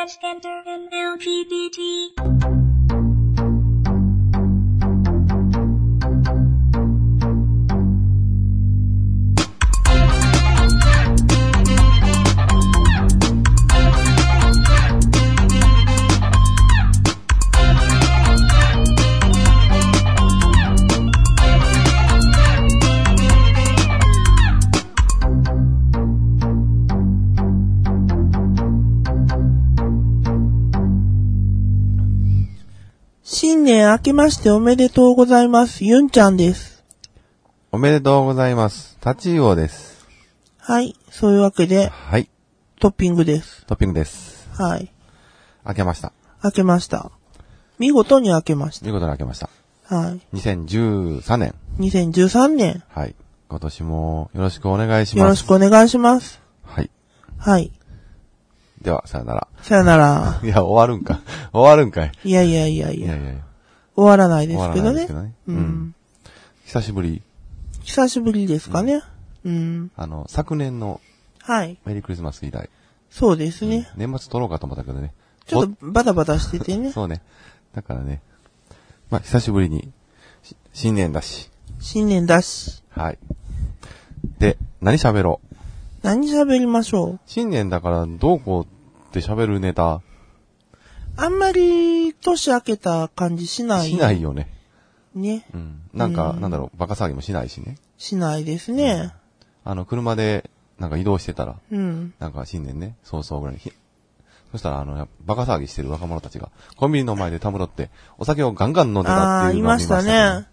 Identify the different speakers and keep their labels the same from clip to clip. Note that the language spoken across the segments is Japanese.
Speaker 1: transgender and LGBT.
Speaker 2: 新年明けましておめでとうございます。ゆんちゃんです。
Speaker 3: おめでとうございます。立ち魚です。
Speaker 2: はい。そういうわけで、
Speaker 3: はい。
Speaker 2: トッピングです。
Speaker 3: トッピングです。
Speaker 2: はい。
Speaker 3: 開けました。
Speaker 2: 明けました。見事に明けまし
Speaker 3: 見事に開けました。
Speaker 2: た。はい。
Speaker 3: 2013年。
Speaker 2: 2013年、
Speaker 3: はい。今年もよろしくお願いします。
Speaker 2: よろしくお願いします。
Speaker 3: はい。
Speaker 2: はい。
Speaker 3: では、さよなら。
Speaker 2: さよなら。
Speaker 3: いや、終わるんか。 終わるんかい。
Speaker 2: いやいやいやい
Speaker 3: い
Speaker 2: や
Speaker 3: や、いやいや。
Speaker 2: 終わらないですけ
Speaker 3: 終わらな
Speaker 2: どね。
Speaker 3: いですけどね
Speaker 2: う
Speaker 3: うんん。久しぶり。
Speaker 2: 久しぶりですかね。うん。
Speaker 3: あの、昨年の
Speaker 2: はい。
Speaker 3: メリークリスマス以来。
Speaker 2: そうですね。
Speaker 3: 年末撮ろうかと思ったけどね。
Speaker 2: ちょっとバタバタしてて
Speaker 3: ぼ
Speaker 2: ね。
Speaker 3: そうね。だからね。まあ、久しぶりに。し新年だし。
Speaker 2: 新年だし。
Speaker 3: はい。で、何喋ろう
Speaker 2: 何喋りましょう
Speaker 3: 新年だからどうこうって喋るネタ
Speaker 2: あんまり年明けた感じしない。
Speaker 3: しないよね。
Speaker 2: ね。
Speaker 3: うん。なんか、
Speaker 2: うん
Speaker 3: なんだろう、バカ騒ぎもしないしね。
Speaker 2: しないですね。
Speaker 3: あの、車で、なんか移動してたら、
Speaker 2: うん。
Speaker 3: なんか新年ね、早々ぐらいにひ。そしたら、あの、やっぱバカ騒ぎしてる若者たちが、コンビニの前でたむろって、お酒をガンガン飲んでた
Speaker 2: あ
Speaker 3: っ
Speaker 2: あ
Speaker 3: て
Speaker 2: ー、
Speaker 3: い
Speaker 2: いう
Speaker 3: のを
Speaker 2: ま
Speaker 3: 見
Speaker 2: し
Speaker 3: ましたたけど。
Speaker 2: ね。
Speaker 3: うん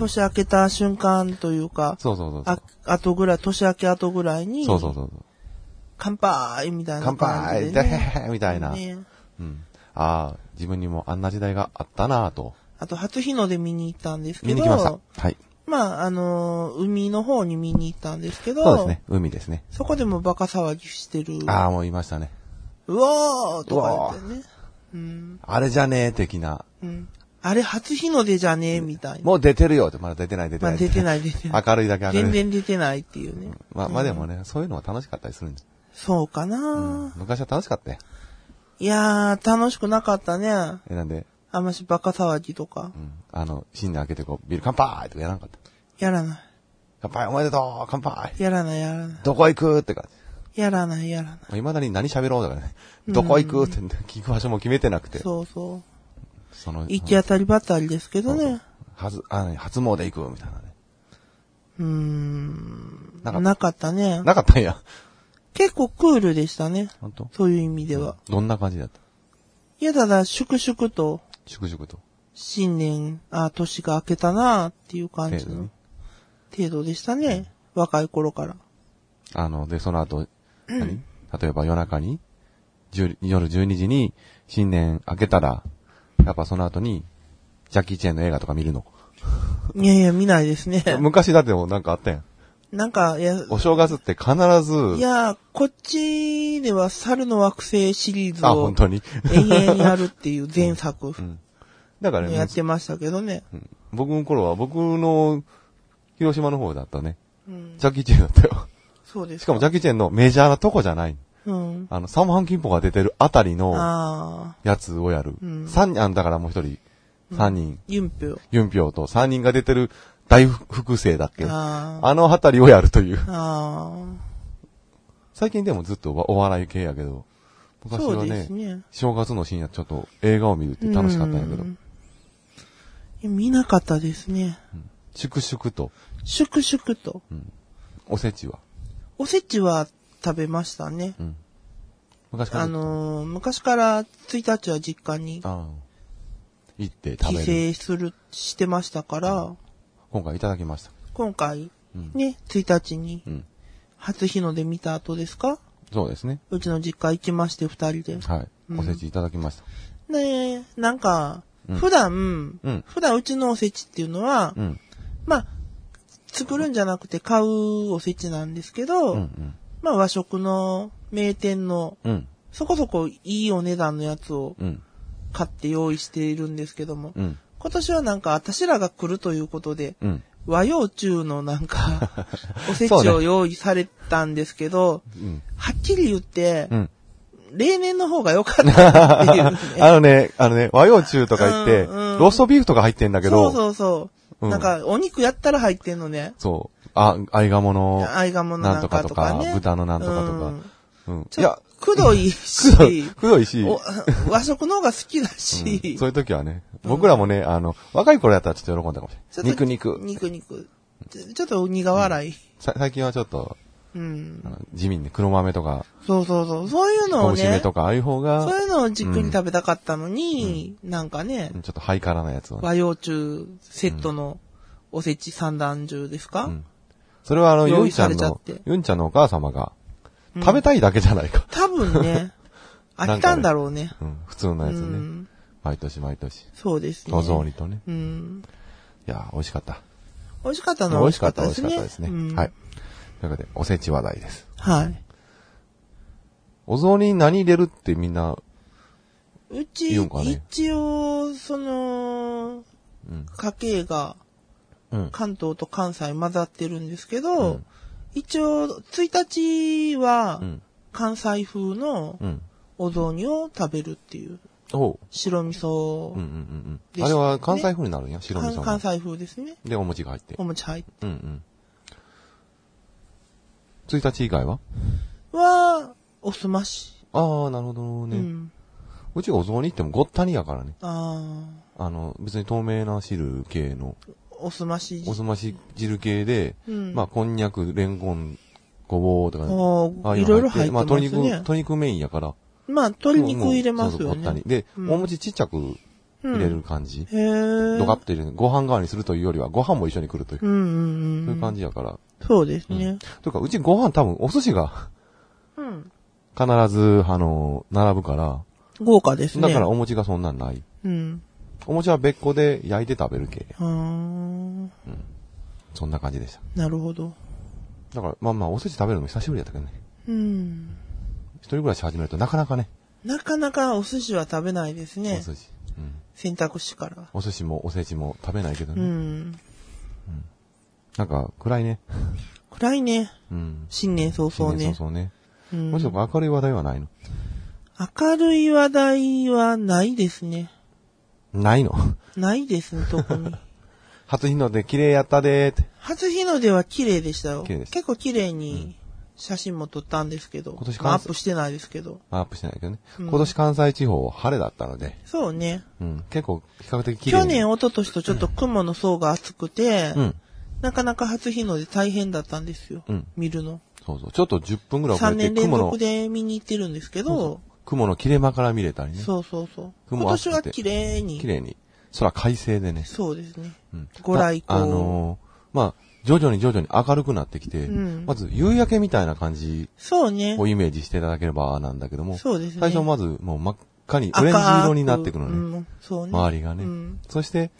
Speaker 2: 年明けた瞬間というか、
Speaker 3: そうそうそうそう
Speaker 2: あ、。あとぐらい、年明けあとぐらいに、
Speaker 3: そうそうそうそう。
Speaker 2: 乾杯みたいな
Speaker 3: 乾
Speaker 2: 感
Speaker 3: 杯
Speaker 2: じ
Speaker 3: で
Speaker 2: で、
Speaker 3: へ
Speaker 2: ね。
Speaker 3: へへみたいな。
Speaker 2: ね
Speaker 3: うん。ああ、自分にもあんな時代があったなぁと。
Speaker 2: あと、初日の出見に行ったんですけど、
Speaker 3: 見に来ました。はい。
Speaker 2: まあ、あのー海の方に見に行ったんですけど、
Speaker 3: そうですね。海ですね。
Speaker 2: そこでもバカ騒ぎしてる。
Speaker 3: ああ、もう言いましたね。
Speaker 2: うおーとか言ってね。うん。
Speaker 3: あれじゃねえ、的な。
Speaker 2: うん。あれ、初日の出じゃねえみたいな。
Speaker 3: もう出てるよって、まだ出てない、出て
Speaker 2: まあ、
Speaker 3: ない。
Speaker 2: 出てない出てない。
Speaker 3: 明るいだけ明るい。
Speaker 2: 全然出てないっていうね。
Speaker 3: まあ、まあでもね、そういうのは楽しかったりするんです。
Speaker 2: そうかな、
Speaker 3: 昔は楽しかったよ。
Speaker 2: いやー、楽しくなかったね。
Speaker 3: え、なんで、
Speaker 2: あんましバカ騒ぎとか
Speaker 3: う、ん、あの、新年明けてこう、ビール乾杯とかやらなかった。
Speaker 2: やらな
Speaker 3: 乾杯おめでとう乾杯
Speaker 2: い。やらない、やらない。
Speaker 3: どこ行くって感
Speaker 2: やらない、やらない。
Speaker 3: じ。いまだに何喋ろうとかね。どこ行くって聞く場所も決めてなくて。
Speaker 2: そうそう。
Speaker 3: その、
Speaker 2: 行き当たりばったりですけど
Speaker 3: そうそう
Speaker 2: ね。
Speaker 3: はず、あの、初詣行くみたいなね。
Speaker 2: うーん。
Speaker 3: なかった
Speaker 2: なかったね。
Speaker 3: なかったんや。
Speaker 2: 結構クールでしたね。
Speaker 3: 本当
Speaker 2: そういう意味では。
Speaker 3: どんな感じだった
Speaker 2: いや、ただ、粛々と、
Speaker 3: 粛々と。
Speaker 2: 新年、あ、年が明けたなっていう感じ
Speaker 3: 程度
Speaker 2: の
Speaker 3: ね
Speaker 2: 程度でしたね。若い頃から。
Speaker 3: あの、で、その後、何例えば夜中に、10夜12時に新年明けたら、やっぱその後に、ジャッキー・チェンの映画とか見るの。
Speaker 2: いやいや、見ないですね。
Speaker 3: 昔だって もうなんかあったやん。
Speaker 2: なんか、いや、
Speaker 3: お正月って必ず、
Speaker 2: いやー、こっちでは猿の惑星シリーズ
Speaker 3: あ、
Speaker 2: を
Speaker 3: 本当に。
Speaker 2: 永遠やるっていう前作
Speaker 3: だから
Speaker 2: や
Speaker 3: ね
Speaker 2: っ、てましたけどね。
Speaker 3: うん僕の頃は僕の広島の方だったね。
Speaker 2: うん、
Speaker 3: ジャッキー・チェンだっ たよ。
Speaker 2: そうです
Speaker 3: しかもジャッキー・チェンのメジャーなとこじゃない。
Speaker 2: うん。
Speaker 3: あの、サムハン・キンポが出てるあたりの
Speaker 2: ああ、
Speaker 3: やつをやる
Speaker 2: うん。
Speaker 3: 三人、あだからもう一人、三人、
Speaker 2: ユンピョ。
Speaker 3: ユンピョウと三人が出てる大複製だっけ
Speaker 2: ああ、
Speaker 3: あのあたりをやるという。
Speaker 2: あ
Speaker 3: 最近でもずっとおお笑い系やけど、
Speaker 2: あ、
Speaker 3: 昔
Speaker 2: そ
Speaker 3: は
Speaker 2: うで
Speaker 3: ね
Speaker 2: す、ね。
Speaker 3: 正月の深夜ちょっと映画を見るって楽しかったんやけど
Speaker 2: う、んいや見なかったですね。
Speaker 3: 粛々と、
Speaker 2: 粛々と。
Speaker 3: おせちは。
Speaker 2: おせちは食べましたね。
Speaker 3: うん。昔から
Speaker 2: あ
Speaker 3: ずっと、
Speaker 2: のー昔から1日は実家に
Speaker 3: ああ行って食
Speaker 2: 帰
Speaker 3: べる。
Speaker 2: 省する、してましたから、
Speaker 3: 今回いただきました。
Speaker 2: 今回、
Speaker 3: うん
Speaker 2: ね、1日に
Speaker 3: うん。
Speaker 2: 初日の出見た後ですか
Speaker 3: そうですね。
Speaker 2: うちの実家行きまして、二人で。
Speaker 3: はい、
Speaker 2: うん
Speaker 3: おせちいただきました。
Speaker 2: ねえ、なんか、
Speaker 3: うん
Speaker 2: 普段、
Speaker 3: うん
Speaker 2: 普段うちのおせちっていうのは、
Speaker 3: うん。
Speaker 2: まあ、作るんじゃなくて買うおせちなんですけど、
Speaker 3: うん。うん。
Speaker 2: まあ和食の名店の、
Speaker 3: うん。
Speaker 2: そこそこいいお値段のやつを
Speaker 3: うん。
Speaker 2: 買って用意しているんですけども、
Speaker 3: うん。
Speaker 2: 今年はなんか私らが来るということで、
Speaker 3: うん。
Speaker 2: 和洋中のなん か、おせち
Speaker 3: そう
Speaker 2: を
Speaker 3: ね
Speaker 2: 用意されたんですけど、
Speaker 3: うん。
Speaker 2: はっきり言って、
Speaker 3: うん。。
Speaker 2: 例年の方が良かったっていうね
Speaker 3: あのね、あのね、和洋中とか言って、
Speaker 2: うんうん
Speaker 3: ローストビーフとか入ってんだけ
Speaker 2: そ
Speaker 3: ど、
Speaker 2: うそうそう。
Speaker 3: うん
Speaker 2: なんか、お肉やったら入ってんのね。
Speaker 3: そう。あ、合鴨の、
Speaker 2: 合鴨の
Speaker 3: な
Speaker 2: なんんと
Speaker 3: とか
Speaker 2: か
Speaker 3: と
Speaker 2: と
Speaker 3: か
Speaker 2: かね。
Speaker 3: 豚のなんとかとか
Speaker 2: うん
Speaker 3: うん。い
Speaker 2: ちょ
Speaker 3: や
Speaker 2: っ、と、くどい
Speaker 3: くどい
Speaker 2: し、
Speaker 3: くどいし、
Speaker 2: お 和食の方が好きだし、
Speaker 3: うんそういう時はね、僕らもね、あの、若い頃やったらちょっと喜んだかもし
Speaker 2: ちょ
Speaker 3: れ
Speaker 2: っと
Speaker 3: ない。肉肉。
Speaker 2: 肉肉。ちょちょっと苦笑い。
Speaker 3: さ最近はちょっと、
Speaker 2: うん。
Speaker 3: あの地味にね黒豆とか、
Speaker 2: そうそうそう。そういうのを
Speaker 3: 昆布締め
Speaker 2: ね、
Speaker 3: とか、ああいう方
Speaker 2: そ
Speaker 3: が
Speaker 2: う、いうのをじっくり食べたかったのに、なんかね
Speaker 3: う、んちょっとハイカラなやつをね。
Speaker 2: 和洋中セットのおせち三段重ですか、
Speaker 3: うんそれはあの、
Speaker 2: 用意
Speaker 3: ゆんちゃ
Speaker 2: さ
Speaker 3: ん
Speaker 2: れちゃっ
Speaker 3: の
Speaker 2: て、
Speaker 3: ゆんちゃんのお母様が、
Speaker 2: うん
Speaker 3: 食べたいだけじゃないか。
Speaker 2: 多分 ね、飽きたんだろうね。
Speaker 3: うん、普通のやつ
Speaker 2: う
Speaker 3: ね。
Speaker 2: ん。
Speaker 3: 毎年毎年。
Speaker 2: そうですね。
Speaker 3: お雑煮とね。
Speaker 2: うん。
Speaker 3: いやー、美味しかった。
Speaker 2: 美味しかったのは
Speaker 3: 美味しかった、美
Speaker 2: 美
Speaker 3: 味
Speaker 2: 味
Speaker 3: し
Speaker 2: し
Speaker 3: か
Speaker 2: か
Speaker 3: っ
Speaker 2: ったた
Speaker 3: で
Speaker 2: ですす
Speaker 3: ね
Speaker 2: ね。。うん
Speaker 3: はい。。ということで、おせち話題です。
Speaker 2: はい。
Speaker 3: お雑煮に何入れるってみんな、
Speaker 2: う
Speaker 3: い
Speaker 2: ち、
Speaker 3: いのかね
Speaker 2: 一応、その、
Speaker 3: うん。
Speaker 2: 家系が
Speaker 3: うん。
Speaker 2: 関東と関西混ざってるんですけ
Speaker 3: う
Speaker 2: ど、
Speaker 3: ん
Speaker 2: 一応、1日は
Speaker 3: うん。
Speaker 2: 関西風の
Speaker 3: うん。
Speaker 2: お雑煮を食べるっていう、
Speaker 3: おう。
Speaker 2: 白味噌、
Speaker 3: うんうんうんう
Speaker 2: です
Speaker 3: ん。あれは関西風になるんや、白味
Speaker 2: 関
Speaker 3: 噌
Speaker 2: 関
Speaker 3: が。
Speaker 2: 西風ですね。
Speaker 3: で、お餅が入って
Speaker 2: お。餅入っ
Speaker 3: うんうん。1日以外は
Speaker 2: は、おすまし。
Speaker 3: ああ、なるほど
Speaker 2: う
Speaker 3: ね。
Speaker 2: ん。
Speaker 3: うちがお雑煮ってもごったにやからね。
Speaker 2: あ
Speaker 3: あの、別に透明な汁系の、
Speaker 2: あ、おすまし。
Speaker 3: おすまし汁系で、
Speaker 2: うん。
Speaker 3: まあ、こんにゃく、レンコン、ごぼうとかね。あ
Speaker 2: あ
Speaker 3: あ
Speaker 2: あ、
Speaker 3: う
Speaker 2: い
Speaker 3: の
Speaker 2: ろいろ入って
Speaker 3: まあ、
Speaker 2: ます
Speaker 3: 鶏
Speaker 2: ね。
Speaker 3: 肉、鶏肉メインやから。
Speaker 2: まあ、鶏肉入れます
Speaker 3: そう
Speaker 2: よ
Speaker 3: そうごったに
Speaker 2: ね。
Speaker 3: で、
Speaker 2: うん
Speaker 3: お餅ちっちゃく入
Speaker 2: 入
Speaker 3: れる。感じ。
Speaker 2: へえ。
Speaker 3: ドカッと入れる。ご飯代わりにするというよりは、ご飯も一緒に来るという。
Speaker 2: うんうんうん。
Speaker 3: そういう感じやから。
Speaker 2: そうです
Speaker 3: う
Speaker 2: ね
Speaker 3: ん。というか、うちご飯多分お寿司が
Speaker 2: うん。
Speaker 3: 必ず、あの、並ぶから、
Speaker 2: 豪華ですね。
Speaker 3: だからお餅がそんなんない。
Speaker 2: うん。
Speaker 3: お餅は別個で焼いて食べる系。
Speaker 2: あー
Speaker 3: そんな感じでした。
Speaker 2: なるほど。
Speaker 3: だから、まあまあ、お寿司食べるのも久しぶりだったけどね。
Speaker 2: うん。
Speaker 3: 一人暮らし始めるとなかなかね、
Speaker 2: なかなかお寿司は食べないです
Speaker 3: お
Speaker 2: ね。
Speaker 3: 寿司。うん。
Speaker 2: 選択肢から。
Speaker 3: お寿司もおせちも食べないけど
Speaker 2: う
Speaker 3: ね。
Speaker 2: ん。
Speaker 3: なんか、暗いね。
Speaker 2: 暗いね。
Speaker 3: うん。
Speaker 2: 新年早々ね。
Speaker 3: そうね。
Speaker 2: うん
Speaker 3: もうちょっと明るい話題はないの
Speaker 2: 明るい話題はないですね。
Speaker 3: ないの
Speaker 2: ないですね、特 に。
Speaker 3: 初日の出綺麗やったでーって。
Speaker 2: 初日の出は綺麗でしたよ。
Speaker 3: 綺麗でした
Speaker 2: 結構綺麗に写真も撮ったんですけど。
Speaker 3: 今年関西
Speaker 2: まあアップしてないですけど。
Speaker 3: まあアップしてないけどね。
Speaker 2: うん
Speaker 3: 今年関西地方晴れだったので、
Speaker 2: そうね。
Speaker 3: うん。結構比較的綺麗
Speaker 2: 去
Speaker 3: に。
Speaker 2: 年、一昨年とちょっと雲の層が厚くて、
Speaker 3: うん。
Speaker 2: なかなか初日の出大変だったんですよ。
Speaker 3: うん
Speaker 2: 見るの。
Speaker 3: そうそう。ちょっと10分ぐらい遅
Speaker 2: 3
Speaker 3: れて、
Speaker 2: 年連
Speaker 3: 雲の
Speaker 2: 続、で見に行ってるんですけど、
Speaker 3: 雲の切れ間から見れたりね。
Speaker 2: そうそうそう。今
Speaker 3: 雲厚
Speaker 2: 年
Speaker 3: く
Speaker 2: は
Speaker 3: て
Speaker 2: 綺麗に。
Speaker 3: 綺麗に。空快晴でね。
Speaker 2: そうですね。
Speaker 3: うん
Speaker 2: ご来光
Speaker 3: ああのーまあ、徐々に徐々に明るくなってきて、
Speaker 2: うん
Speaker 3: まず夕焼けみたいな感じ
Speaker 2: そうね
Speaker 3: を。イメージしていただければなんだけども、
Speaker 2: そうですね。
Speaker 3: 最初まずもう真っ赤にオレンジ色になってくるのね。
Speaker 2: 赤くうんそうね。
Speaker 3: 周りがね
Speaker 2: うん
Speaker 3: そして、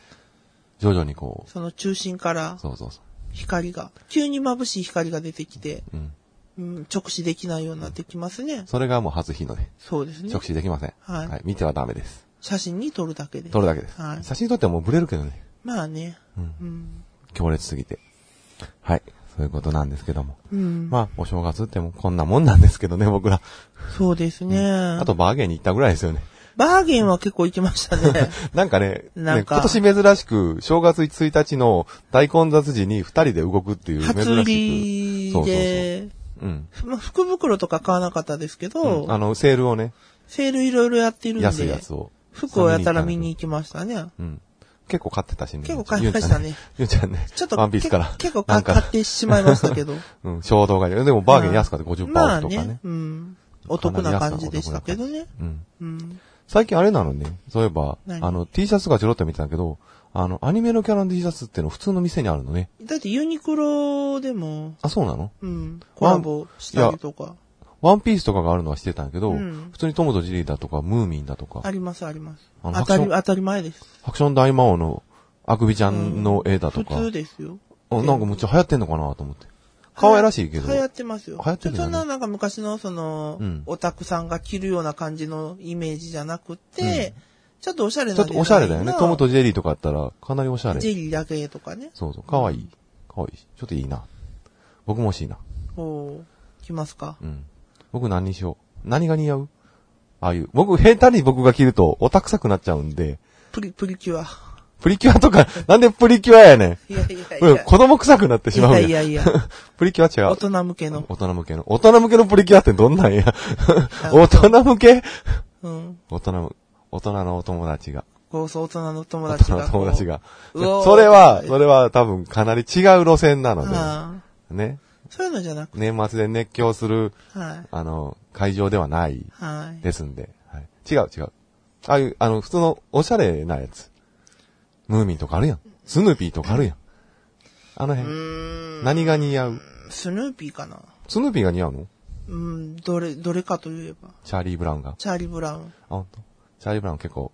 Speaker 3: 徐々にこ
Speaker 2: その中心から
Speaker 3: う、そうそうそ
Speaker 2: 光が、急に眩しい光が出てきて、
Speaker 3: う。うん。
Speaker 2: うん、直視できないようになってきますね。
Speaker 3: それがもう初日の出。
Speaker 2: そうですね。
Speaker 3: 直視できません。
Speaker 2: はい
Speaker 3: 見てはダメです。
Speaker 2: 写真に撮るだけで。
Speaker 3: 撮るだけです。
Speaker 2: はい
Speaker 3: 写真撮ってもブレるけどね。
Speaker 2: まあね。
Speaker 3: うん
Speaker 2: うん。
Speaker 3: 強烈すぎて。はい。そういうことなんですけども。
Speaker 2: うん。
Speaker 3: まあ、お正月ってもうこんなもんなんですけどね、僕ら。
Speaker 2: そうですね。
Speaker 3: あ
Speaker 2: あ
Speaker 3: と、
Speaker 2: と、
Speaker 3: バーゲンに行ったぐらいですよね。
Speaker 2: バーゲンは結構行きました ね。
Speaker 3: なんかね、
Speaker 2: な
Speaker 3: ね
Speaker 2: んか
Speaker 3: 今年珍しく、正月1日の大混雑時に2人で動くっていう珍しく。
Speaker 2: 初売り
Speaker 3: そうそう
Speaker 2: で、
Speaker 3: そう。うん。
Speaker 2: まあ、福袋とか買わなかったですけど、
Speaker 3: うんあの、セールをね、
Speaker 2: セールいろいろやってるんで、
Speaker 3: 安いやつを。
Speaker 2: 服をやたら見に行きましたね。
Speaker 3: うん。結構買ってたしね。
Speaker 2: 結構買いましたね
Speaker 3: ゆうちゃんね。
Speaker 2: ちょっと
Speaker 3: ワンピースから。
Speaker 2: 結構か
Speaker 3: なんか
Speaker 2: 買ってしまいましたけど。
Speaker 3: うん、衝動買い。でもバーゲン安かった、50%
Speaker 2: ま
Speaker 3: オ
Speaker 2: あ
Speaker 3: フとかね
Speaker 2: ね。、うん。お得な感じでしたけどね。
Speaker 3: うん。
Speaker 2: うん。
Speaker 3: 最近あれなのね。そういえば、
Speaker 2: 何
Speaker 3: あの、T シャツがちょろっと見てたけど、あの、アニメのキャラの T シャツっていうの普通の店にあるのね。
Speaker 2: だってユニクロでも、
Speaker 3: あ、そうなの
Speaker 2: うん、コラボしたりとか、
Speaker 3: ワンピースとかがあるのはしてたんやけど、
Speaker 2: うん
Speaker 3: 普通にトムとジェリーだとか、ムーミンだとか
Speaker 2: あ、りますあります。
Speaker 3: あ
Speaker 2: 当
Speaker 3: の
Speaker 2: た
Speaker 3: ア
Speaker 2: り、
Speaker 3: クショ
Speaker 2: 当たり前です。
Speaker 3: ハクション大魔王のあくびちゃんの絵だと
Speaker 2: 普
Speaker 3: か、
Speaker 2: 通ですよ。
Speaker 3: あなんかむっちゃ流行ってんのかなと思って。可愛らしいけど。
Speaker 2: 流行ってますよ。
Speaker 3: 流行ってるよね
Speaker 2: そんななんか昔のその、
Speaker 3: うん
Speaker 2: オタクさんが着るような感じのイメージじゃなくて、ちょっとおしゃれな
Speaker 3: ちょっとおしゃれだよね。トム
Speaker 2: と
Speaker 3: とジェリーとかやったら、かなりおしゃれ。
Speaker 2: ジェリーだけとかね。
Speaker 3: そうそう。かわいい。かわいいし。ちょっといいな。僕も欲しいな。
Speaker 2: おう、着ますか。
Speaker 3: うん。僕何にしよう。何が似合うああいう、僕、下手に僕が着ると、オタクさくなっちゃうんで、
Speaker 2: プリ、プリキュ ア。
Speaker 3: プリキュアと か、なんでプリキュアやねん。
Speaker 2: いやいやい
Speaker 3: うん
Speaker 2: や。
Speaker 3: 子供臭くなってしまうや
Speaker 2: い
Speaker 3: ん
Speaker 2: やいやいや
Speaker 3: プリキュア違
Speaker 2: 大
Speaker 3: う。
Speaker 2: 人向けの。
Speaker 3: 大人向けの。大人向けのプリキュアってどんなんや
Speaker 2: あの
Speaker 3: 大人向け
Speaker 2: うん。
Speaker 3: 大人む、大人のお友達が。
Speaker 2: こうそう、大人の友
Speaker 3: 大
Speaker 2: 達
Speaker 3: 人
Speaker 2: が。
Speaker 3: の友達が。
Speaker 2: うおー
Speaker 3: それは、それは多分かなり違う路線な
Speaker 2: こう。
Speaker 3: の
Speaker 2: ああ。
Speaker 3: で、ね。
Speaker 2: そういうのじゃなく、
Speaker 3: 年末で熱狂する、
Speaker 2: はい。
Speaker 3: あの、会場ではない
Speaker 2: はい。
Speaker 3: ですんで。はい、違う違う。ああいう、あの、普通のおしゃれなやつ。ムーミンとかあるやん。スヌーピーとかあるやん。あの
Speaker 2: う
Speaker 3: 辺。
Speaker 2: ーん。
Speaker 3: 何が似合う
Speaker 2: スヌーピーかな。
Speaker 3: スヌーピーが似合うの
Speaker 2: うん、どれ、どれかといえば。
Speaker 3: チャーリー・ブラウンが。
Speaker 2: チャーリー・ブラウン。
Speaker 3: あ、本当。チャーリー・ブラウン結構、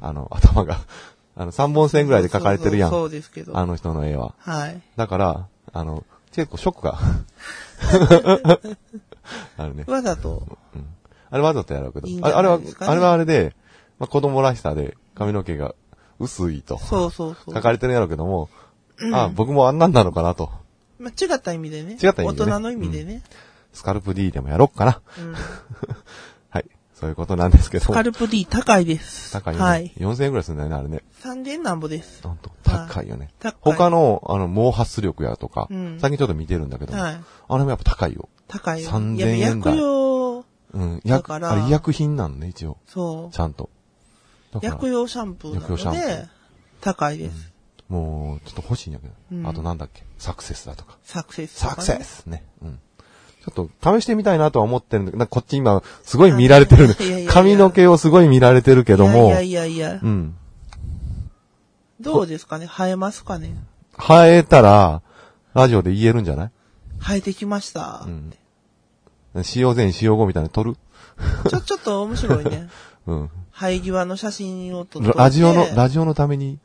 Speaker 3: あの、頭が、 あの、3本線ぐらいで描かれてるやん。
Speaker 2: そうそうそうですけど。
Speaker 3: あの人の絵は。
Speaker 2: はい。
Speaker 3: だから、あの、結構ショック が。あるね。
Speaker 2: わざと、
Speaker 3: あれわざとやろうけど
Speaker 2: いいん。じ
Speaker 3: あ
Speaker 2: ゃ
Speaker 3: れあれ
Speaker 2: ない
Speaker 3: は
Speaker 2: です、かね
Speaker 3: あれはあれで、まあ、子供らしさで髪の毛が薄いと
Speaker 2: そうそうそう。
Speaker 3: 書かれてるんやろうけども、あ、僕もあんなんなのかなと。
Speaker 2: まあ、違った意味でね。
Speaker 3: 違った意味でね
Speaker 2: 大人の意味でね。
Speaker 3: スカルプ D でもやろうかな。
Speaker 2: うん。
Speaker 3: はい。そういうことなんですけど
Speaker 2: ス
Speaker 3: も。
Speaker 2: カルプ D 高いです。
Speaker 3: 高いよね。
Speaker 2: はい。
Speaker 3: 4000円ぐらいするんだよね、あれね。
Speaker 2: 3000なんぼです。
Speaker 3: ほんと、高いよね。
Speaker 2: 高い
Speaker 3: 他の、あの、毛発力やとか、
Speaker 2: うん
Speaker 3: 最近ちょっと見てるんだけども、
Speaker 2: はい。
Speaker 3: あれもやっぱ高いよ。
Speaker 2: 高いよ。
Speaker 3: 3000
Speaker 2: いや
Speaker 3: 円
Speaker 2: 薬
Speaker 3: 台
Speaker 2: 用、
Speaker 3: うん。
Speaker 2: だ
Speaker 3: 薬、
Speaker 2: から
Speaker 3: あれ医薬品なんね、一応。
Speaker 2: そ
Speaker 3: ちゃんと。だ
Speaker 2: う。
Speaker 3: から
Speaker 2: 薬用シャンプーな
Speaker 3: 薬用シ
Speaker 2: の
Speaker 3: ャンプ
Speaker 2: で
Speaker 3: ー、
Speaker 2: 高いです。
Speaker 3: もう、ちょっと欲しいんやけど。
Speaker 2: うん
Speaker 3: あとなんだっけ、サクセスだとか。
Speaker 2: サクセスと
Speaker 3: サ
Speaker 2: か
Speaker 3: ク
Speaker 2: ね。
Speaker 3: セスね。うん。ちょっと試してみたいなとは思ってるんだけど、なんかこっち今、すごい見られてるね
Speaker 2: いやいやいや
Speaker 3: 髪の毛をすごい見られてるけども、
Speaker 2: いやいやいやいや
Speaker 3: う。ん。
Speaker 2: どうですかね生えますかね
Speaker 3: 生えたら、ラジオで言えるんじゃない
Speaker 2: 生えてきました
Speaker 3: う。ん。使用前、使用後みたいなの撮る
Speaker 2: ちょ、ちょっと面白い ね。
Speaker 3: うん。
Speaker 2: 生え際の写真を撮って。
Speaker 3: ラジオの、ラジオのために、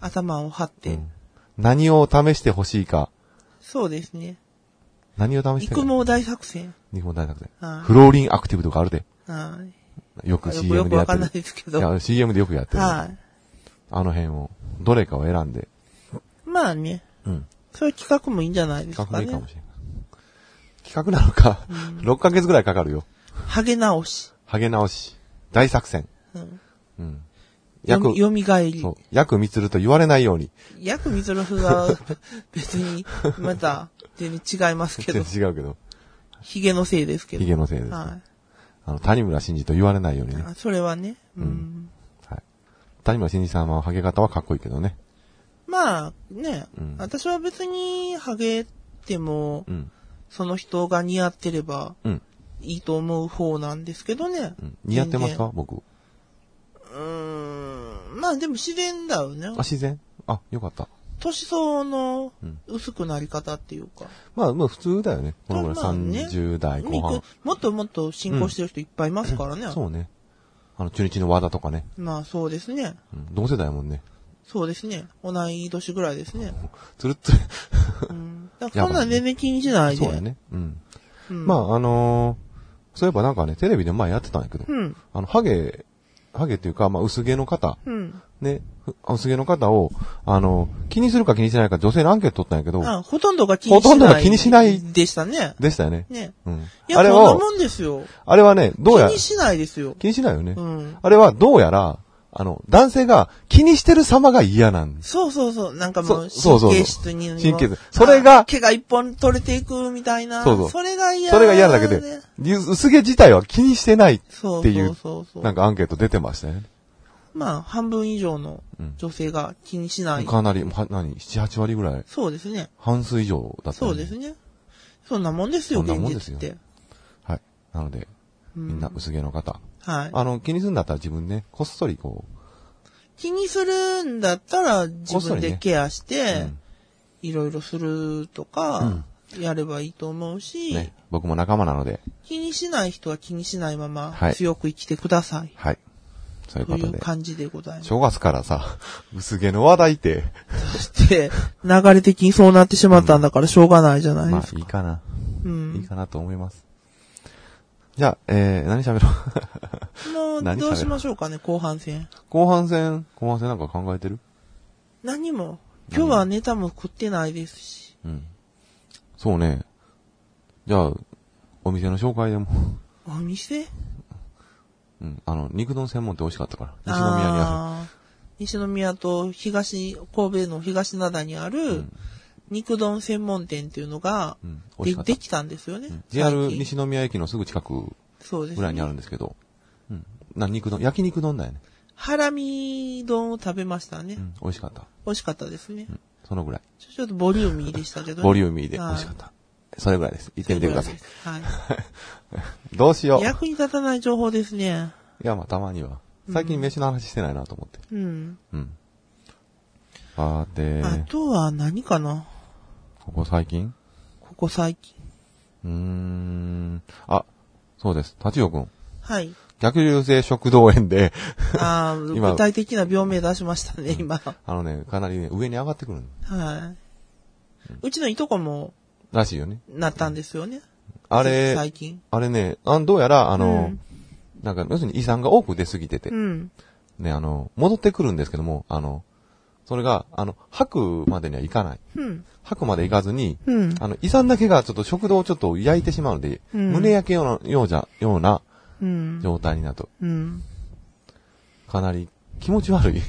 Speaker 2: 頭を張っ
Speaker 3: う
Speaker 2: て
Speaker 3: ん。何を試してほしいか、
Speaker 2: そうですね。
Speaker 3: 何を試して
Speaker 2: 育毛大作戦。
Speaker 3: 肉も大学で
Speaker 2: はい。
Speaker 3: フローリンアクティブとかあるで。
Speaker 2: はい。
Speaker 3: よく
Speaker 2: よくよ
Speaker 3: CM
Speaker 2: く
Speaker 3: でや
Speaker 2: わ
Speaker 3: って
Speaker 2: かんない
Speaker 3: る。
Speaker 2: ですけ
Speaker 3: い
Speaker 2: ど。
Speaker 3: や、CM でよくやってる。あ
Speaker 2: はい。
Speaker 3: の辺を、どれかを選んで。
Speaker 2: まあね。
Speaker 3: うん。
Speaker 2: そういう企画もいいんじゃないですか
Speaker 3: 企
Speaker 2: ね。
Speaker 3: 画もいいかもしれない。企画なのか、6ヶ月ぐらいかかるよ。
Speaker 2: ハゲ直し。
Speaker 3: ハゲ直し。大作戦。
Speaker 2: うん。
Speaker 3: うん。
Speaker 2: よ
Speaker 3: 約
Speaker 2: み、よみがえり
Speaker 3: そ。う。約みつると言われないように。
Speaker 2: ヤクミツロフは 別に、また、全然違いますけ
Speaker 3: 全
Speaker 2: ど、
Speaker 3: 然違うけど。
Speaker 2: ヒゲのせいですけど。
Speaker 3: ヒゲのせいです。
Speaker 2: は
Speaker 3: あの、谷村新司と言われないように
Speaker 2: い
Speaker 3: ね。
Speaker 2: あ。それはね。うん。
Speaker 3: はい。谷村新司さんはハゲ方はかっこいいけどね。
Speaker 2: まあ、ね、
Speaker 3: うん
Speaker 2: 私は別に、ハゲっても、
Speaker 3: うん。
Speaker 2: その人が似合ってれば
Speaker 3: うん。
Speaker 2: いいと思う方なんですけどね。
Speaker 3: うん、似合ってますか僕。
Speaker 2: 全然うーん。まあでも自然だよね
Speaker 3: あ、。自然あ、よかった。
Speaker 2: 年相応の
Speaker 3: うん
Speaker 2: 薄くなり方っていうか。
Speaker 3: まあ、まあ普通だよね。このぐらい
Speaker 2: まあね
Speaker 3: 30代後
Speaker 2: も
Speaker 3: 半
Speaker 2: っ。ともっともっと進行してる人いっぱいいますからね。
Speaker 3: そうね。あの、中日の和田とかね。
Speaker 2: まあそうですね。
Speaker 3: うん、同世代やもんね。
Speaker 2: そうですね。同い年ぐらいですね。
Speaker 3: つるっつる。
Speaker 2: うん。だからそんなん全然気にしないで。
Speaker 3: そうやね。うん。
Speaker 2: うん。
Speaker 3: まあ、あのーそういえばなんかね、テレビで前やってたんやけど、
Speaker 2: うん。
Speaker 3: あの、ハゲ、ハゲっていうか、まあ、薄毛の方、
Speaker 2: うん。
Speaker 3: ね、ふ薄毛の方を、あの、気にするか気にしないか女性のアンケート取ったんやけど、
Speaker 2: あ、ほとんどが気にしない。
Speaker 3: ほとんどが気にしない
Speaker 2: でしたね。
Speaker 3: でしたよね。
Speaker 2: ね。
Speaker 3: うん
Speaker 2: い。や、
Speaker 3: あれ
Speaker 2: そんな
Speaker 3: を
Speaker 2: も、んですよ。
Speaker 3: あれはね、どうや
Speaker 2: 気に、しないですよ。
Speaker 3: 気にしないよね。
Speaker 2: うん。
Speaker 3: あれはどうやら、あの、男性が気にしてる様が嫌なんです。
Speaker 2: そうそうそう。なんかもう、
Speaker 3: そそうそうそう
Speaker 2: 神経質に。
Speaker 3: 神経質それが
Speaker 2: あ毛が一本取れていくみたいな。
Speaker 3: そうそう
Speaker 2: それが嫌、
Speaker 3: それが嫌なだけで、
Speaker 2: ね
Speaker 3: ゆ薄毛自体は気にしてない、
Speaker 2: そう
Speaker 3: っていう
Speaker 2: そうそうそう。
Speaker 3: なんかアンケート出てましたよね。
Speaker 2: まあ、半分以上の
Speaker 3: うん
Speaker 2: 女性が気にしない。
Speaker 3: かなり、は何、7、8割ぐらい、
Speaker 2: そうですね。
Speaker 3: 半数以上だった
Speaker 2: そ
Speaker 3: よね、
Speaker 2: うですね。そんなもんですよ、
Speaker 3: そんな
Speaker 2: 現
Speaker 3: もんです
Speaker 2: 実
Speaker 3: よ
Speaker 2: って。
Speaker 3: はい。なので、みんな薄毛の方。
Speaker 2: はい。
Speaker 3: あの、気にするんだったら自分ね、こっそりこ
Speaker 2: 気にするんだったら自
Speaker 3: こっそ
Speaker 2: 分
Speaker 3: りね
Speaker 2: でケアして
Speaker 3: ん、
Speaker 2: いろいろするとか、やればいいと思う
Speaker 3: う、
Speaker 2: し、
Speaker 3: ね、僕も仲間なので、
Speaker 2: 気にしない人は気にしないまま
Speaker 3: は、い
Speaker 2: 強く生きてください。
Speaker 3: はい。そういう
Speaker 2: と
Speaker 3: こ
Speaker 2: い
Speaker 3: と
Speaker 2: う
Speaker 3: で。
Speaker 2: 感じでございます。
Speaker 3: 正月からさ、 薄毛の話題って、
Speaker 2: そして、 流れ的にそうなってしまったんだからしょうがないじゃない
Speaker 3: ま
Speaker 2: で
Speaker 3: あ
Speaker 2: すか。
Speaker 3: いいかな。
Speaker 2: う
Speaker 3: いい
Speaker 2: ん。
Speaker 3: かなと思います。じゃあ、えー、何喋ろう
Speaker 2: もう、
Speaker 3: 何
Speaker 2: どうしましょうかね、後半戦。
Speaker 3: 後半戦、後半戦なんか考えてる
Speaker 2: 何も、今日はネタも食ってないですし、
Speaker 3: うん。そうね。じゃあ、お店の紹介でも。
Speaker 2: お店
Speaker 3: うん。あの、肉丼専門って美味しかったから。西宮にあ
Speaker 2: あー西宮と東、神戸の東灘にある肉丼専門店っていうのが
Speaker 3: うん美
Speaker 2: で、
Speaker 3: 味しかった
Speaker 2: できたんですよね
Speaker 3: る。。JR
Speaker 2: 最近
Speaker 3: 西宮駅のすぐ近く
Speaker 2: そうです
Speaker 3: ぐらいにあるんですけど。うん。な、肉丼、焼肉丼だよね。
Speaker 2: ハラミ丼を食べましたね。
Speaker 3: うん。美味しかった。
Speaker 2: 美味しかったですね。
Speaker 3: そのぐらい。
Speaker 2: ちょちょっとボリューミーでしたけど、
Speaker 3: ボリューミーで美
Speaker 2: はい
Speaker 3: 味しかった。それぐらいです。行ってみてください。
Speaker 2: は
Speaker 3: どうしよう。
Speaker 2: い。
Speaker 3: い
Speaker 2: 役に立たない情報ですね。
Speaker 3: や、まあ、たまには。最近飯の話してないなと思って。
Speaker 2: うん。
Speaker 3: うん。あー
Speaker 2: あ
Speaker 3: で、
Speaker 2: とは何かな
Speaker 3: ここ最近
Speaker 2: ここ最近。
Speaker 3: うーん。あ、そうです。立ちくん。
Speaker 2: はい。
Speaker 3: 逆流性食道炎で、
Speaker 2: ああ、
Speaker 3: 今
Speaker 2: 具体的な病名出しましたね、今。
Speaker 3: あのね、かなりね、上に上がってくる
Speaker 2: はい。うちのいとこも
Speaker 3: らしいよね。
Speaker 2: なったんですよね。
Speaker 3: あれ
Speaker 2: 最、近。
Speaker 3: あれね、あどうやら、あの、
Speaker 2: うん
Speaker 3: なんか、要するに胃酸が多く出すぎてて、
Speaker 2: うん。
Speaker 3: ね、あの、戻ってくるんですけども、あの、それが、あの、吐くまでにはいかない。
Speaker 2: うん。
Speaker 3: 吐くまでいかずに、
Speaker 2: うん。
Speaker 3: あの、胃酸だけがちょっと食道をちょっと焼いてしまうので、
Speaker 2: うん
Speaker 3: 胸焼けような、ようじゃ、ような
Speaker 2: うん。
Speaker 3: 状態になると、
Speaker 2: うん。
Speaker 3: かなり気持ち悪い。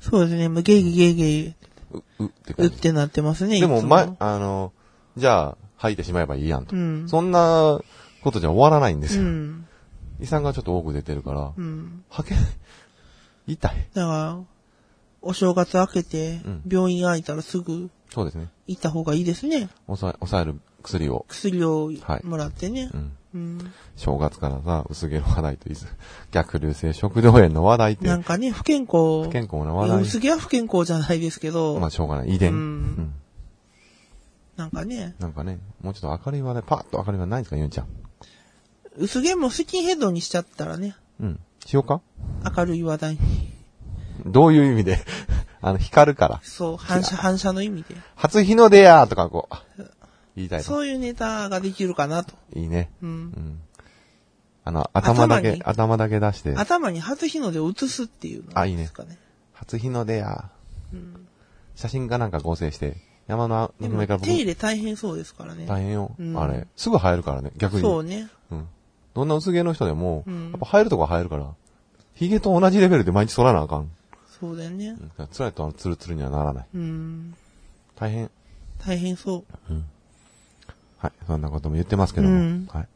Speaker 2: そうですね。もうゲイゲイゲイ、
Speaker 3: う、うって
Speaker 2: う
Speaker 3: 感
Speaker 2: っ
Speaker 3: じ。
Speaker 2: てなってますね、
Speaker 3: でも、
Speaker 2: いつ
Speaker 3: ま、あの、じゃあ、吐いてしまえばいいやんと。
Speaker 2: うん。
Speaker 3: そんなことじゃ終わらないんです
Speaker 2: う
Speaker 3: よ。
Speaker 2: ん。
Speaker 3: 胃酸がちょっと多く出てるから
Speaker 2: う、ん。
Speaker 3: 吐けない。痛い。
Speaker 2: だから、お正月明けて
Speaker 3: うん、
Speaker 2: 病院開いたらすぐ
Speaker 3: そうですね。
Speaker 2: 行った方がいいですね。
Speaker 3: 抑え、抑える薬を。
Speaker 2: 薬を
Speaker 3: はい
Speaker 2: もらってね。
Speaker 3: うん。
Speaker 2: うん。
Speaker 3: 正月からさ、薄毛の話題といず、逆流性食道炎の話題って、
Speaker 2: なんかね、不健康。
Speaker 3: 不健康な
Speaker 2: うん
Speaker 3: 話
Speaker 2: 薄毛は不健康じゃないですけど、
Speaker 3: 題。まあ、しょうがない。遺伝。
Speaker 2: うん
Speaker 3: うん
Speaker 2: なんかね、
Speaker 3: なんかね、もうちょっと明るい話題、パッと明るい話題ないんですか、ゆんちゃん。
Speaker 2: 薄毛もスキンヘッドにしちゃったらね、
Speaker 3: うん。しようか
Speaker 2: 明るい話題に。
Speaker 3: どういう意味で あの、光るから。
Speaker 2: そう、反射、反射の意味で。
Speaker 3: 初日の出やーとかこう、あ言いたいと。
Speaker 2: そういうネタができるかなと。
Speaker 3: いいね。
Speaker 2: う。
Speaker 3: うんん。あの、頭だけ、
Speaker 2: 頭に
Speaker 3: 頭だけ出して、
Speaker 2: 頭に初日の出を映すっていうの
Speaker 3: あいいね
Speaker 2: ですかね。
Speaker 3: 初日の出やー。写真かなんか合成して、山の
Speaker 2: で
Speaker 3: 上
Speaker 2: も
Speaker 3: から僕
Speaker 2: 手入れ大変そうですからね。
Speaker 3: 大変よ
Speaker 2: う。ん
Speaker 3: あれ。すぐ生えるからね、逆に。
Speaker 2: そうね。
Speaker 3: うん。どんな薄毛の人でも、
Speaker 2: うん
Speaker 3: やっぱ生えるとこは生えるから、髭と同じレベルで毎日剃らなあかん。
Speaker 2: そうだよね
Speaker 3: う。んだから辛いとあのツルツルにはならない。
Speaker 2: うん。
Speaker 3: 大変。
Speaker 2: 大変そ
Speaker 3: はい。そんなことも言ってますけども。
Speaker 2: うん
Speaker 3: はい。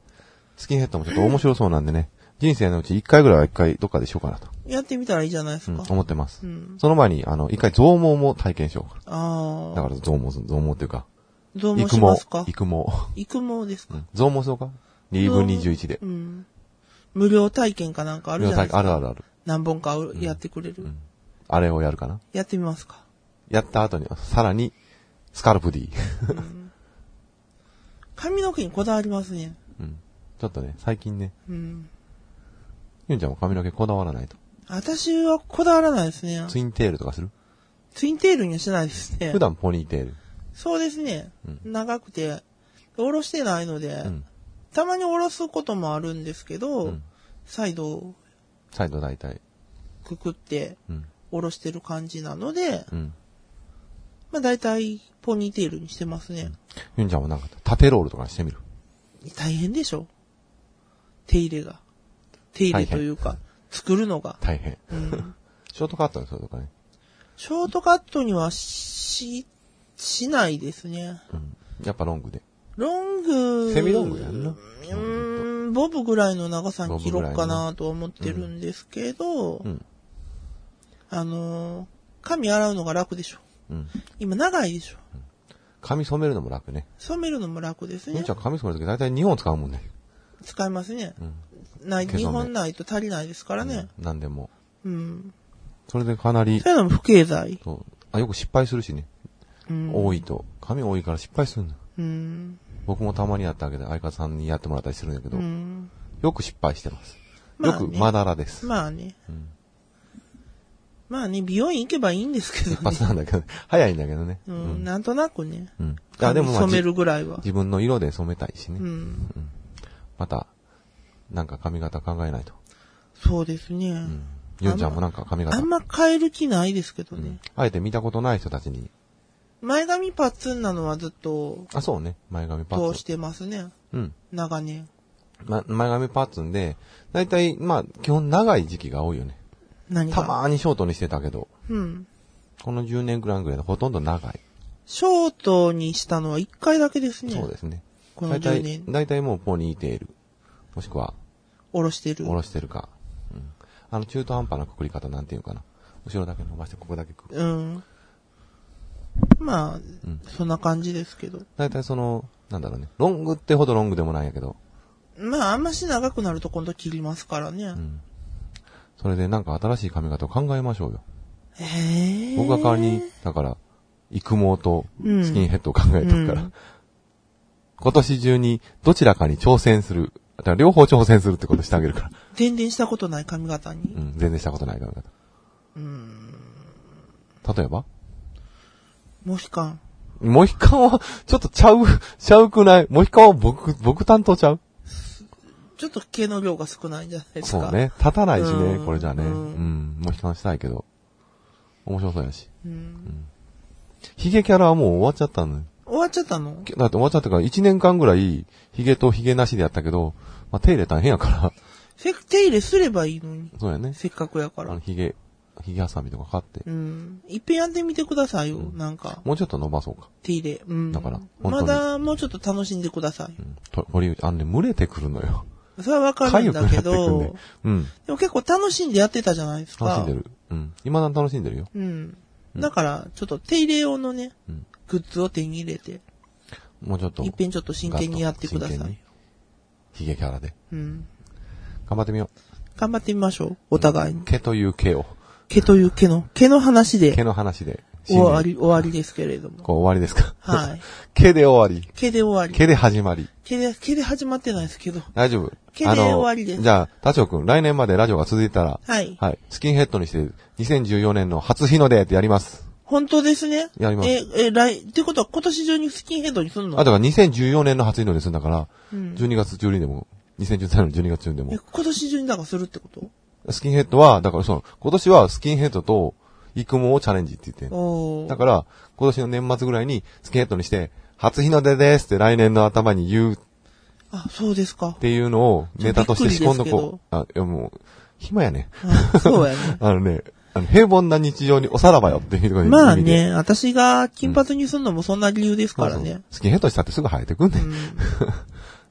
Speaker 3: スキンヘッドもちょっと面白そうなんでね。人生のうち一回ぐらいは一回どっかでしようかなと、
Speaker 2: う。やってみたらいいじゃないです
Speaker 3: うん
Speaker 2: か。
Speaker 3: 思ってます。
Speaker 2: うん。
Speaker 3: その前に、あの、一回増毛も体験しようか
Speaker 2: あ
Speaker 3: な。だ
Speaker 2: あ。
Speaker 3: から増毛す、増毛っていうか、
Speaker 2: どう
Speaker 3: 育
Speaker 2: も
Speaker 3: 毛
Speaker 2: しますか、
Speaker 3: 育毛。
Speaker 2: 育毛です
Speaker 3: う
Speaker 2: か
Speaker 3: ん増毛そうかリーブ21で
Speaker 2: う。ん。無料体験かなんかあ
Speaker 3: あ
Speaker 2: るじゃないですか。
Speaker 3: あるあるある。
Speaker 2: 何本かやってくれる。
Speaker 3: うん。あれをやるかな。
Speaker 2: やってみますか。
Speaker 3: やった後に、さらに、スカルプ D。
Speaker 2: 髪の毛にこだわりますね。
Speaker 3: うん。ちょっとね、最近ね、
Speaker 2: うん。
Speaker 3: ゆんちゃんも髪の毛こだわらないと。
Speaker 2: 私はこだわらないですね。
Speaker 3: ツインテールとかする
Speaker 2: ツインテールにはしないですね
Speaker 3: 普。段ポニーテール。
Speaker 2: そうですね。
Speaker 3: う
Speaker 2: 長くて、おろしてないので、
Speaker 3: うん。
Speaker 2: たまにおろすこともあるんですけど、
Speaker 3: うん
Speaker 2: 再度
Speaker 3: サイド大体。
Speaker 2: くくって
Speaker 3: うん。
Speaker 2: おろしてる感じなので、
Speaker 3: うん。
Speaker 2: まあ大体ポニーテールにしてますね。
Speaker 3: ゆんちゃんもなんか、縦ロールとかしてみる。
Speaker 2: 大変でしょ手入れが。手入れというか、作るのが。
Speaker 3: 大変。
Speaker 2: うん
Speaker 3: ショートカットにするとかね。
Speaker 2: ショートカットにはし、しないですね。
Speaker 3: うん。やっぱロングで。
Speaker 2: ロング。
Speaker 3: セミロングやんな
Speaker 2: うーん、ボブぐらいの長さに切ろ
Speaker 3: ボブ
Speaker 2: う
Speaker 3: ぐら
Speaker 2: か
Speaker 3: いの
Speaker 2: なと思ってるんですけど、
Speaker 3: うん。
Speaker 2: あのー、髪洗うのが楽でしょ。
Speaker 3: うん。
Speaker 2: 今長いでしょ。
Speaker 3: 髪染めるのも楽ね。
Speaker 2: 染めるのも楽です
Speaker 3: ゆん
Speaker 2: ね
Speaker 3: ちゃ。ん髪染めるとき大体2本使うもんね。
Speaker 2: 使いますね。
Speaker 3: うん。
Speaker 2: ない、
Speaker 3: 毛染め
Speaker 2: 日本ないと足りないですからね。
Speaker 3: なんでも。
Speaker 2: うん。
Speaker 3: それでかなり
Speaker 2: そ、ういうのも不経済。
Speaker 3: そう。あ、よく失敗するしね。
Speaker 2: うん。
Speaker 3: 多いと。髪多いから失敗するの。
Speaker 2: うん。
Speaker 3: 僕もたまにやったわけで、相方さんにやってもらったりするんだけど
Speaker 2: う、ん。
Speaker 3: よく失敗してます。
Speaker 2: ま
Speaker 3: よ
Speaker 2: あね
Speaker 3: くまだらです。
Speaker 2: まあね。
Speaker 3: うん
Speaker 2: まあね、美容院行けばいいんですけど
Speaker 3: 一
Speaker 2: ね
Speaker 3: 発。なんだけど、早いんだけどね。
Speaker 2: う、
Speaker 3: うんん。
Speaker 2: なんとなくね。
Speaker 3: うん。あ、
Speaker 2: 髪
Speaker 3: でもまあ、
Speaker 2: 染め
Speaker 3: じ
Speaker 2: るぐらいは。
Speaker 3: 自分の色で染めたいし
Speaker 2: う
Speaker 3: ね。
Speaker 2: ん。
Speaker 3: また、なんか髪型考えないと。
Speaker 2: そうですね。
Speaker 3: うん。ゆうちゃんもなんか髪
Speaker 2: あ
Speaker 3: 型
Speaker 2: ん。ま変える気ないですけど
Speaker 3: うん
Speaker 2: ね。
Speaker 3: あえて見たことない人たちに、
Speaker 2: 前髪パッツンなのはずっと
Speaker 3: あ、そうね。前髪パ
Speaker 2: 通
Speaker 3: ッ
Speaker 2: し
Speaker 3: ツ
Speaker 2: てますね。
Speaker 3: ン。うん。
Speaker 2: 長年。
Speaker 3: ま、前髪パーツんで、だいたい、まあ、基本長い時期が多いよね。
Speaker 2: 何
Speaker 3: た
Speaker 2: が。
Speaker 3: まーにショートにしてたけど、
Speaker 2: うん。
Speaker 3: この10年くらいぐらいでほとんど長い。
Speaker 2: ショートにしたのは一回だけですね。
Speaker 3: そうですね。
Speaker 2: この
Speaker 3: だいた
Speaker 2: 10
Speaker 3: い、
Speaker 2: 年、
Speaker 3: だいたいもうポニーテール。もしくは、
Speaker 2: おろしてる
Speaker 3: 下。ろしてるか。うん。あの、中途半端なくくり方なんていうかな。後ろだけ伸ばして、ここだけくる。
Speaker 2: うん。まあ、
Speaker 3: うん。
Speaker 2: そんな感じですけど。
Speaker 3: だいたいその、なんだろうね。ロングってほどロングでもないんやけど。
Speaker 2: まあ、あんまし長くなると今度切りますからね。
Speaker 3: うん。それでなんか新しい髪型を考えましょうよ。
Speaker 2: へえ。
Speaker 3: 僕は代わりに、だから、育毛とスキンヘッドを考えとくから、
Speaker 2: うん
Speaker 3: 今年中にどちらかに挑戦する。だから両方挑戦するってことしてあげるから。
Speaker 2: 全然したことない髪型
Speaker 3: う
Speaker 2: に。
Speaker 3: ん、全然したことない髪型。うん。例えば
Speaker 2: モヒカン。
Speaker 3: モヒカンは、ちょっとちゃう、ちゃうくないモヒカンは僕、僕担当ちゃう
Speaker 2: ちょっと毛の量が少ないんじゃないです
Speaker 3: そ
Speaker 2: か。
Speaker 3: う。ね。立たないしね
Speaker 2: う、ん
Speaker 3: これじゃね。う
Speaker 2: うん
Speaker 3: ん、モヒカンしたいけど。面白そうやし。
Speaker 2: うん。
Speaker 3: ヒゲキャラはもう終わっちゃったのよ。
Speaker 2: 終わっちゃったの
Speaker 3: だって終わっちゃったから、1年間ぐらい、ヒゲとヒゲなしでやったけど、まあ、手入れ大変やから、
Speaker 2: せ手入れすればいいのに。
Speaker 3: そうやね。
Speaker 2: せっかくやか
Speaker 3: あの、
Speaker 2: ら。
Speaker 3: ヒゲ、ヒゲハサミとか買って
Speaker 2: う、ん。いっぺんやってみてくださいよ。なんか、
Speaker 3: もうちょっと伸ばそうか。
Speaker 2: 手入れ。うん。
Speaker 3: だから本当
Speaker 2: ま
Speaker 3: に
Speaker 2: だもうちょっと楽しんでください。
Speaker 3: うん。と、堀内、あのね、群れてくるのよ。
Speaker 2: それはわか
Speaker 3: か
Speaker 2: る
Speaker 3: ゆ
Speaker 2: ん
Speaker 3: くな
Speaker 2: だ
Speaker 3: って
Speaker 2: け
Speaker 3: くんで
Speaker 2: ど、。
Speaker 3: うん。
Speaker 2: でも結構楽しんでやってたじゃないですか。
Speaker 3: 楽しんでる。うん。今だに楽しんでるよ。
Speaker 2: うん。だから、ちょっと手入れ用のね、
Speaker 3: うん
Speaker 2: グッズを手に入れて、
Speaker 3: もうちょっと。
Speaker 2: いっぺんちょっと真剣にやってくだ
Speaker 3: ガッ
Speaker 2: さ
Speaker 3: と真剣に
Speaker 2: い。
Speaker 3: ヒゲキャラで。
Speaker 2: うん。
Speaker 3: 頑張ってみよ。
Speaker 2: 頑張ってみましょう。お互いうに。
Speaker 3: 毛という毛を。
Speaker 2: 毛という毛の、毛の話
Speaker 3: 毛
Speaker 2: で
Speaker 3: の話で。
Speaker 2: 終わり、終わりですけれども。
Speaker 3: こう終わりですか。
Speaker 2: はい。
Speaker 3: 毛で終わり。
Speaker 2: 毛で終わり。
Speaker 3: 毛で始まり。
Speaker 2: 毛で、毛で始まってないですけど。
Speaker 3: 大丈夫。
Speaker 2: 毛で
Speaker 3: あの
Speaker 2: 終わりです
Speaker 3: じゃあ、タチョウ君、来年までラジオが続いたら、
Speaker 2: はい。
Speaker 3: はい。スキンヘッドにして、2014年の初日の出ってやります。
Speaker 2: 本当ですね。
Speaker 3: やります
Speaker 2: え、え、来、ってことは今年中にスキンヘッドにすんの
Speaker 3: あ、だから2014年の初日の出するんだから、
Speaker 2: うん
Speaker 3: 12月12でも、2013年の12月12で
Speaker 2: え
Speaker 3: も。
Speaker 2: 今年中にだからするってこと
Speaker 3: スキンヘッドは、だからその、今年はスキンヘッドと、育毛をチャレンジって言ってん
Speaker 2: おー
Speaker 3: だから、今年の年末ぐらいに、スキンヘッドにして、初日の出ですって来年の頭に言う
Speaker 2: あ、そうですか
Speaker 3: っ。ていうのをネタとして仕込んど
Speaker 2: びっくりです
Speaker 3: こう。あ、いやもう、暇やね。
Speaker 2: あそう
Speaker 3: 。
Speaker 2: やね
Speaker 3: あのね、あの平凡な日常におさらばよっていうところに。
Speaker 2: まあね、私が金髪にすんのもそんな理由ですからね。
Speaker 3: スキンヘッドしたってすぐ生えてくんね。
Speaker 2: うん
Speaker 3: ん、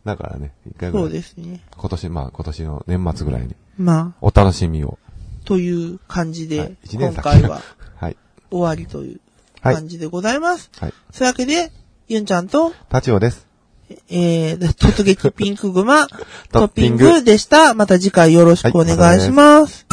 Speaker 3: だからね、一回ぐ
Speaker 2: そう
Speaker 3: らい。
Speaker 2: ですね。
Speaker 3: 今年、まあ今年の年末ぐらいに、
Speaker 2: ま
Speaker 3: お楽しみを。
Speaker 2: あ、という感じで、
Speaker 3: はい一
Speaker 2: 今
Speaker 3: 年先
Speaker 2: 回は
Speaker 3: はい。
Speaker 2: 終わりという
Speaker 3: はい
Speaker 2: 感じでございます。
Speaker 3: はい。
Speaker 2: そういうわけで、ゆんちゃんと、
Speaker 3: タチオです。
Speaker 2: えー、突撃ピンクグマ、
Speaker 3: ト
Speaker 2: ト
Speaker 3: ッ
Speaker 2: ッ
Speaker 3: ピ
Speaker 2: ピ
Speaker 3: ン
Speaker 2: ン
Speaker 3: グ
Speaker 2: グでした。また次回よろしくお願いします。